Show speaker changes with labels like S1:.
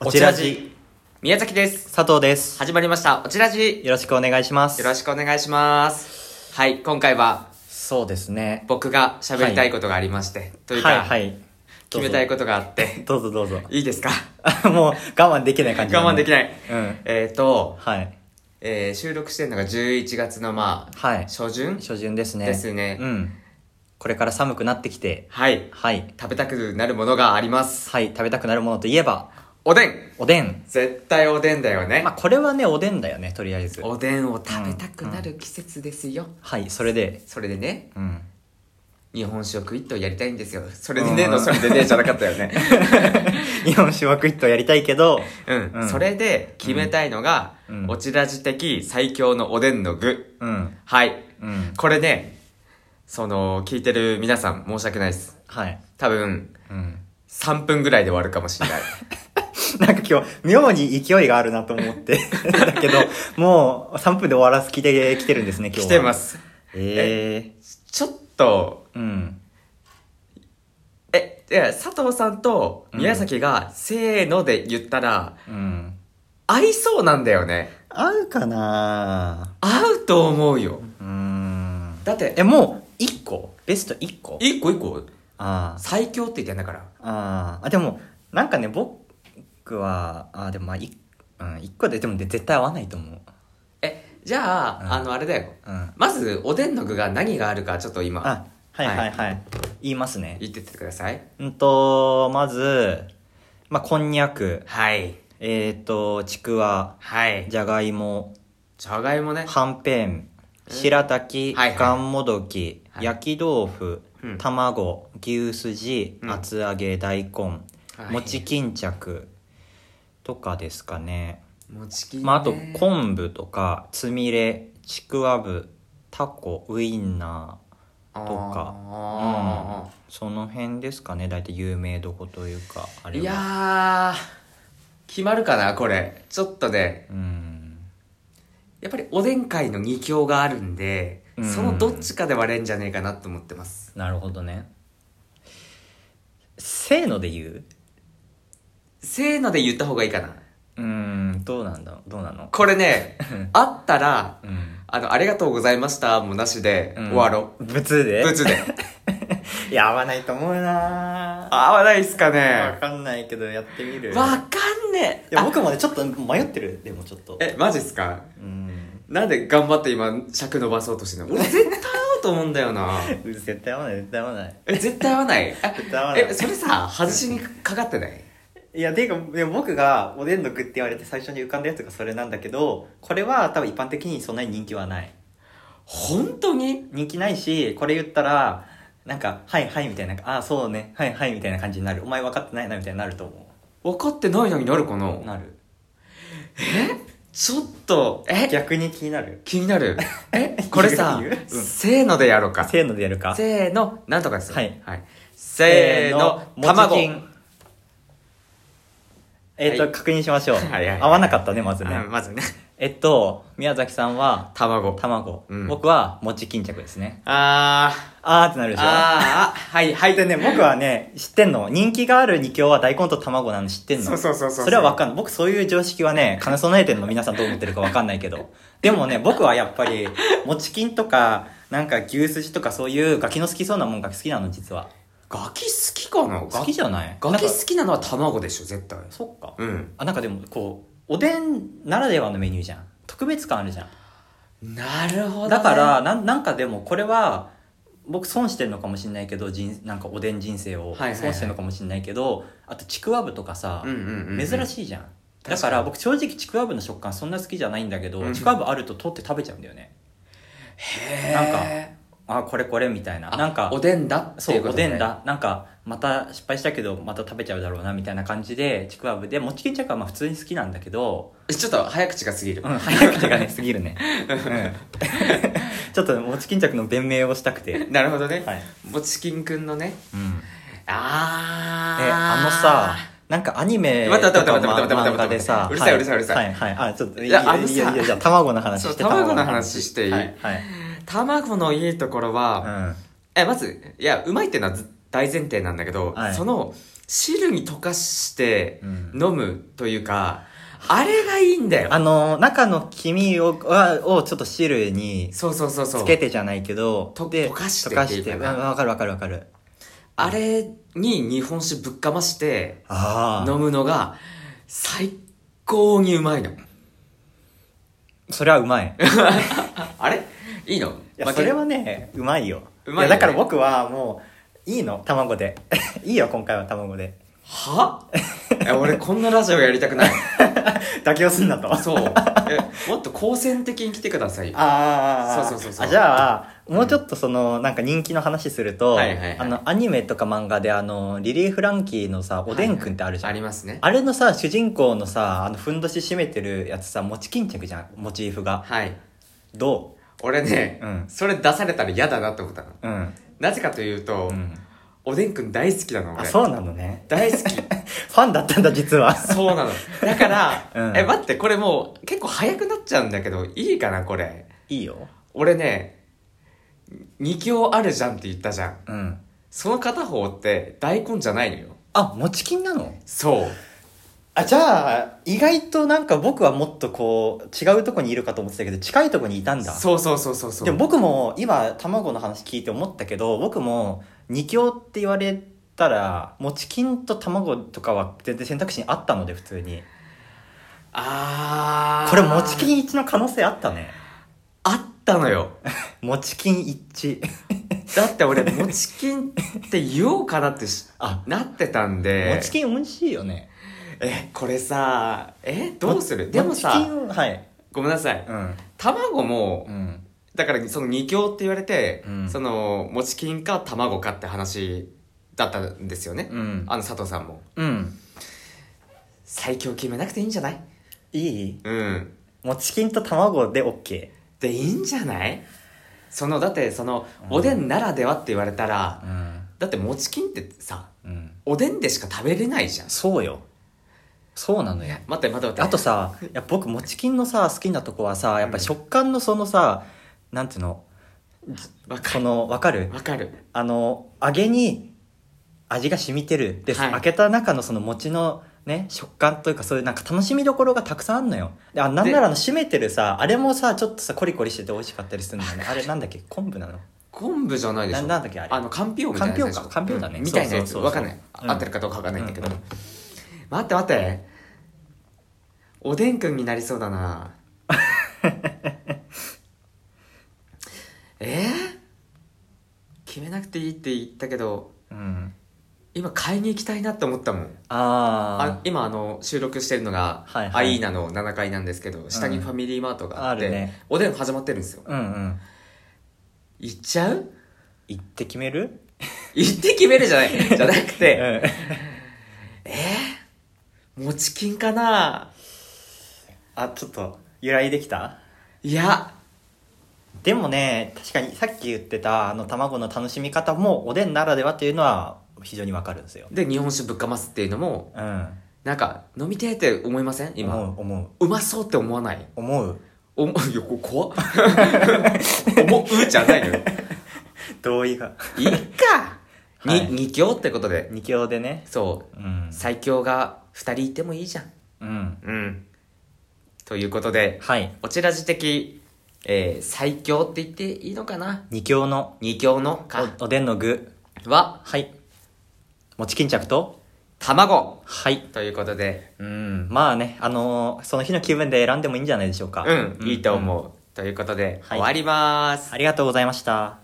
S1: おちらじ
S2: 宮崎です
S1: 佐藤です
S2: 始まりましたおちらじ
S1: よろしくお願いします
S2: よろしくお願いしますはい今回は
S1: そうですね
S2: 僕が喋りたいことがありまして、というか、
S1: はいはい
S2: 決めたい
S1: こ
S2: ことがあって
S1: とどうぞ どうぞ
S2: いいですか
S1: もう我慢できない感じ
S2: 我慢でき
S1: い
S2: ない
S1: うん
S2: えっ、と、
S1: はい
S2: えー収録してるのが11月のまあ、
S1: はい
S2: 初旬
S1: 初旬ですね
S2: ですね
S1: うんこれから寒くなってきて
S2: はい
S1: はい
S2: 食べたくなるものがあります
S1: はい食べたくなるものといえば
S2: おでん
S1: おでん
S2: 絶対おでんだよね、
S1: まあこれはねおでんだよねとりあえず
S2: おでんを食べたくなる季節ですよ、
S1: はいそれで
S2: それでね
S1: うん
S2: 日本酒を食いっとやりたいんですよそれでねのそれでねじゃなかったよね
S1: 日本酒はクイッとやりたいけど
S2: うん、
S1: うん
S2: それで決めたいのが、
S1: うん
S2: オチラジ的最強のおでんの具。
S1: うん
S2: はい。
S1: うん
S2: これね、その、聞いてる皆さん申し訳ないです。
S1: はい
S2: 多分、
S1: うん
S2: 3分ぐらいで終わるかも しれない。
S1: なんか今日、妙に勢いがあるなと思って。 だけど、もう3分で終わらす気で来てるんですね、今日
S2: 来
S1: は。
S2: てま。す。
S1: え
S2: ちょっと、
S1: えうん。
S2: え、いや佐藤さんと宮崎が、せーので言ったら、
S1: うん。
S2: 合いそうなんだよね。
S1: 合うかな
S2: 合うと思うよ。
S1: うん。
S2: だって、
S1: え、もう1個ベスト1個
S2: 一個一個、
S1: あ
S2: 最強って言ってんだから。
S1: あ。ああ。あ、でも、なんかね、僕は、あーでもまあ、いうん、1個で、でもで絶対合わないと思う。
S2: え、じゃあ、
S1: うん
S2: あの、あれだよ。
S1: うん。
S2: まず、おでんの具が何があるか、ちょっと今。
S1: あ、はいはいはい。言いますね。
S2: 言ってってください
S1: うんと、まず、まあ、こんにゃく、
S2: はい
S1: えっ、ー、と、ちくわ、
S2: はい
S1: じゃがいも、
S2: じゃがいもね
S1: はんぺん、しらたき、
S2: はいはい
S1: がんもどき、
S2: はい
S1: 焼き豆腐
S2: うん、
S1: 卵、牛すじ
S2: う、ん
S1: 厚揚げ、大根、
S2: はい
S1: 餅巾着とかですかね。
S2: もちき
S1: まあ、あと、昆布とか、つみれ、ちくわぶ、タコ、ウインナ
S2: と
S1: とかー、うん、その辺ですかね、大体有名どこというか、あれは。
S2: いやー決まるかなこれちょっとね
S1: うん。
S2: やっぱりおでん界の2強があるんで
S1: うん
S2: そのどっちかで割れんじゃねえかなと思ってます
S1: なるほどね。せーので言う
S2: せーので言った方がいいかな
S1: うーん、どうなんだどうなの
S2: こ れねあったら
S1: うん。
S2: あの「ありがとうございました」もなしで
S1: うん
S2: 終わろ
S1: ぶつ
S2: う
S1: で
S2: ぶつで
S1: いや、合わないと思うなぁ
S2: 合わないっすかね
S1: わかんないけど、やってみる。
S2: わかんね
S1: い
S2: え
S1: や、
S2: あ
S1: 僕もね、ちょっと迷ってる。でもちょっと。
S2: えマジっすか
S1: うん。
S2: なんで頑張って今尺伸ばそうとしてんの俺 絶対合うと思うんだよな
S1: 絶対合わない、絶対合わない。
S2: え 絶対合わないあ
S1: 絶対合わない
S2: えそれさ外しにかかってない
S1: いや、ていうか、でも僕がおでんの具って言われて最初に浮かんだやつがそれなんだけど、これは多分一般的にそんなに人気はない。
S2: 本当に
S1: 人気ないし、これ言ったら、なんか、はいはいみたいな、ああ、そうね、はいはいみたいな感じになる。お前分かってないなみたいになると思
S2: 分かってないのになるか
S1: う。
S2: な
S1: なる。
S2: ちょっとえ
S1: 逆に気になる。
S2: 気にな るえこれさ
S1: 言う言ううん
S2: せーのでやろうか
S1: せーのでやるか。
S2: せーのなんとかですよ
S1: はい、
S2: せーの卵
S1: えっ、と、
S2: はい
S1: 確認しましょう。
S2: はいはい
S1: 合わなかったね、まずね。
S2: うんまず ね
S1: えっと、宮崎さんは、
S2: 卵
S1: 卵。
S2: うん
S1: 僕は、餅巾着ですね。
S2: あー
S1: あーってなるでしょ
S2: あーあはいはい
S1: でね、僕はね、知ってんの。人気がある二強は大根と卵なの知ってんの。
S2: そうそうそうそう
S1: それはわかんない。僕そういう常識はね、兼ね備えてんの皆さんどう思ってるかわかんないけど。でも ね、僕はやっぱり、餅巾とか、なんか牛すじとかそういうガキの好きそうなもんが好きなの、実は。
S2: ガキ好きかな
S1: 好きじゃない
S2: ガキ
S1: なんか
S2: 好きなのは卵でしょ絶対
S1: そっか。
S2: うん
S1: あなんかでもこうおでんならではのメニューじゃん特別感あるじゃん
S2: なるほどね
S1: だからなんなんかでもこれは僕損してるのかもしれないけど人なんかおでん人生を
S2: はいはいはい
S1: 損してるのかもしれないけど、あとちくわぶとかさ、
S2: うんうんうんうん
S1: 珍しいじゃん
S2: かに
S1: だから僕正直ちくわぶの食感そんな好きじゃないんだけど、
S2: うん
S1: ちくわぶあると取って食べちゃうんだよね
S2: へ
S1: なん
S2: え
S1: あこれこれみたいな
S2: あ
S1: なんか
S2: おでんだって
S1: そ
S2: いう
S1: う
S2: こ
S1: お
S2: とね
S1: でんだなんかまた失敗したけどまた食べちゃうだろうなみたいな感じでちくわぶでもち巾着はまあ普通に好きなんだけど
S2: えちょっと早口が過ぎる、
S1: うん、早口がね、すぎるね。ちょっと、もち巾着の弁明をしたくて。
S2: なるほどね、
S1: はい。
S2: もちきんくんのね
S1: うん。
S2: あ
S1: え、
S2: ー
S1: あのさ、なんかアニメ
S2: 待って待って待って待って待っ
S1: 漫
S2: て
S1: 画でさ、
S2: 待って待って
S1: は
S2: うるさいうるさ
S1: は
S2: い
S1: いはい。あ、ちょっと、い
S2: いや
S1: や、
S2: あ
S1: い
S2: の
S1: や
S2: さ
S1: いやいや、じゃあ卵の話
S2: そう
S1: して
S2: 卵の話していい
S1: はい。はい
S2: 卵のいいところは、
S1: うん。
S2: えまずいやうまいっていうのはず大前提なんだけど、
S1: はい
S2: その汁に溶かして
S1: うん
S2: 飲むというか、あれがいいんだよ。
S1: あの、中の黄身を、はをちょっと汁に
S2: そうそうそうそう。
S1: つけてじゃないけど、
S2: と
S1: で
S2: 溶かして
S1: 溶かし
S2: って
S1: て。
S2: いううんかな
S1: わかるわかるわかる。
S2: あれに日本酒ぶっかまして
S1: あ
S2: 飲
S1: あ。
S2: むのが最高にうまいの。
S1: それはうまい。
S2: あれいいの
S1: いや、
S2: 負
S1: そ
S2: け
S1: れはね、うまいよ。
S2: うまいよね
S1: やだから僕はもう、いいの卵で。 いいよ、今回は卵で。
S2: はえ俺こんなラジオやりたくない。
S1: 妥協すんなと。あ
S2: そう。え、もっと好戦的に来てくださいよ。
S1: あ
S2: そうそうそうそう
S1: あ、じゃあ、もうちょっとその、なんか人気の話すると、
S2: はいはいはい
S1: あの、アニメとか漫画で、あの、リリー・フランキーのさ、おでんくんってあるじゃん。
S2: ありますね。
S1: あれのさ、主人公のさ、あの、ふんどし締めてるやつさ、餅巾着じゃん、モチーフが。
S2: はい。
S1: ど
S2: 俺ね、
S1: うん
S2: それ出されたら嫌だなって思ったの。
S1: ううん。
S2: なぜかというと、
S1: うん。
S2: おでんくん大好きなの、俺。
S1: あ、そうなのね。
S2: 大好き。
S1: ファンだったんだ、実は。
S2: そうなの。だから、
S1: うん
S2: え、待って、これもう結構早くなっちゃうんだけど、い いかな、これ。
S1: いいよ。
S2: 俺ね、二強あるじゃんって言ったじゃん。
S1: うん。
S2: その片方って大根じゃないのよ。
S1: あ、餅巾なの
S2: そう。
S1: あ、じゃあ、意外となんか僕はもっとこう、違うとこにいるかと思ってたけど、近いとこにいたんだ。
S2: そうそうそうそうそう。
S1: でも僕も今、卵の話聞いて思ったけど、僕も二強って言われたら、餅巾と卵とかは全然選択肢にあったので、普通に。
S2: あー。
S1: これ、餅巾一致の可能性あったね。
S2: あったのよ。
S1: もちきん一致
S2: だって俺、もちきんって言おうかなってし
S1: あ
S2: なってたんで。
S1: もちきん美味しいよね
S2: え、これさ、え、どうする
S1: も
S2: でも
S1: もちき
S2: さ、
S1: んはい
S2: ごめんなさい。
S1: うん
S2: 卵も
S1: う、ん
S2: だからその二強って言われて、
S1: うん
S2: その、もちきんか卵かって話だったんですよね。
S1: うん
S2: あの、佐藤さんも。
S1: うん
S2: 最強決めなくていいんじゃない
S1: いい
S2: うん。
S1: もちきんと卵で OK
S2: で、いいんじゃないその、だってその、
S1: うん
S2: おでんならではって言われたら、
S1: うん
S2: だってもちきんってさ、
S1: うん
S2: おでんでしか食べれないじゃん。
S1: そうよそうなのよ
S2: 待って待って待って。
S1: あとさいや僕もちきんのさ好きなとこはさやっぱ食感のそのさなんていうの
S2: わか
S1: こ
S2: る。
S1: のわかる
S2: わかる。
S1: あの揚げに味が染みてるで、
S2: はい
S1: 開けた中のその餅のね食感というかそういうなんか楽しみどころがたくさんあんのよであなんならあの締めてるさあれもさちょっとさコリコリしてて美味しかったりするんだよねあれなんだっけ昆布なの
S2: 昆布じゃないでしょ
S1: ななんだっけあれ
S2: のかんぴょうみたいなやつでしょ
S1: かんぴょうかかんぴょうだね
S2: みたいなやつ
S1: そうそうそうそう
S2: わかんない、
S1: うん
S2: 合ってるかどうかわかんないんだけど、
S1: うんうん
S2: 待って待っておでんくんになりそう だなえー、決めなくていいって言ったけど
S1: うん
S2: 今買いに行きたいなって思ったもんあ
S1: あー
S2: 今あの収録してるのが、
S1: はいはい
S2: アイーナの7階なんですけど下にファミリーマートがあって、
S1: うんあるね
S2: おでん始まってるんですよ
S1: うんうん
S2: 行っちゃう
S1: 行って決める
S2: 行って決めるじゃないじゃ なく
S1: う
S2: て、
S1: ん
S2: もちきんかな
S1: あちょっと由来できた
S2: いや、
S1: でもね確かにさっき言ってたあの卵の楽しみ方もおでんならではっていうのは非常にわかるんですよ
S2: で、日本酒ぶっかますっていうのも、
S1: うん
S2: なんか、飲みてえって思いません今。
S1: 思う思
S2: うまそうって思わないう
S1: 思う
S2: お、い や、こ怖っ。 思うじゃないのよ。
S1: 同意が
S2: いっか、
S1: はい
S2: に、二強ってことで。
S1: 二強でね
S2: そうう。
S1: ん
S2: 最強が二人いてもいいじゃん。
S1: うん
S2: うん。ということで、
S1: はい
S2: おちらじ的、えー、最強って言っていいのかな
S1: 二強の
S2: 二強のか
S1: おおでんの具
S2: は、
S1: はい餅巾着と
S2: 卵
S1: はい
S2: ということで、
S1: うんまあねあのーその日の気分で選んでもいいんじゃないでしょうか
S2: うん、いいと思う。ということで、
S1: はい
S2: 終わります。
S1: ありがとうございました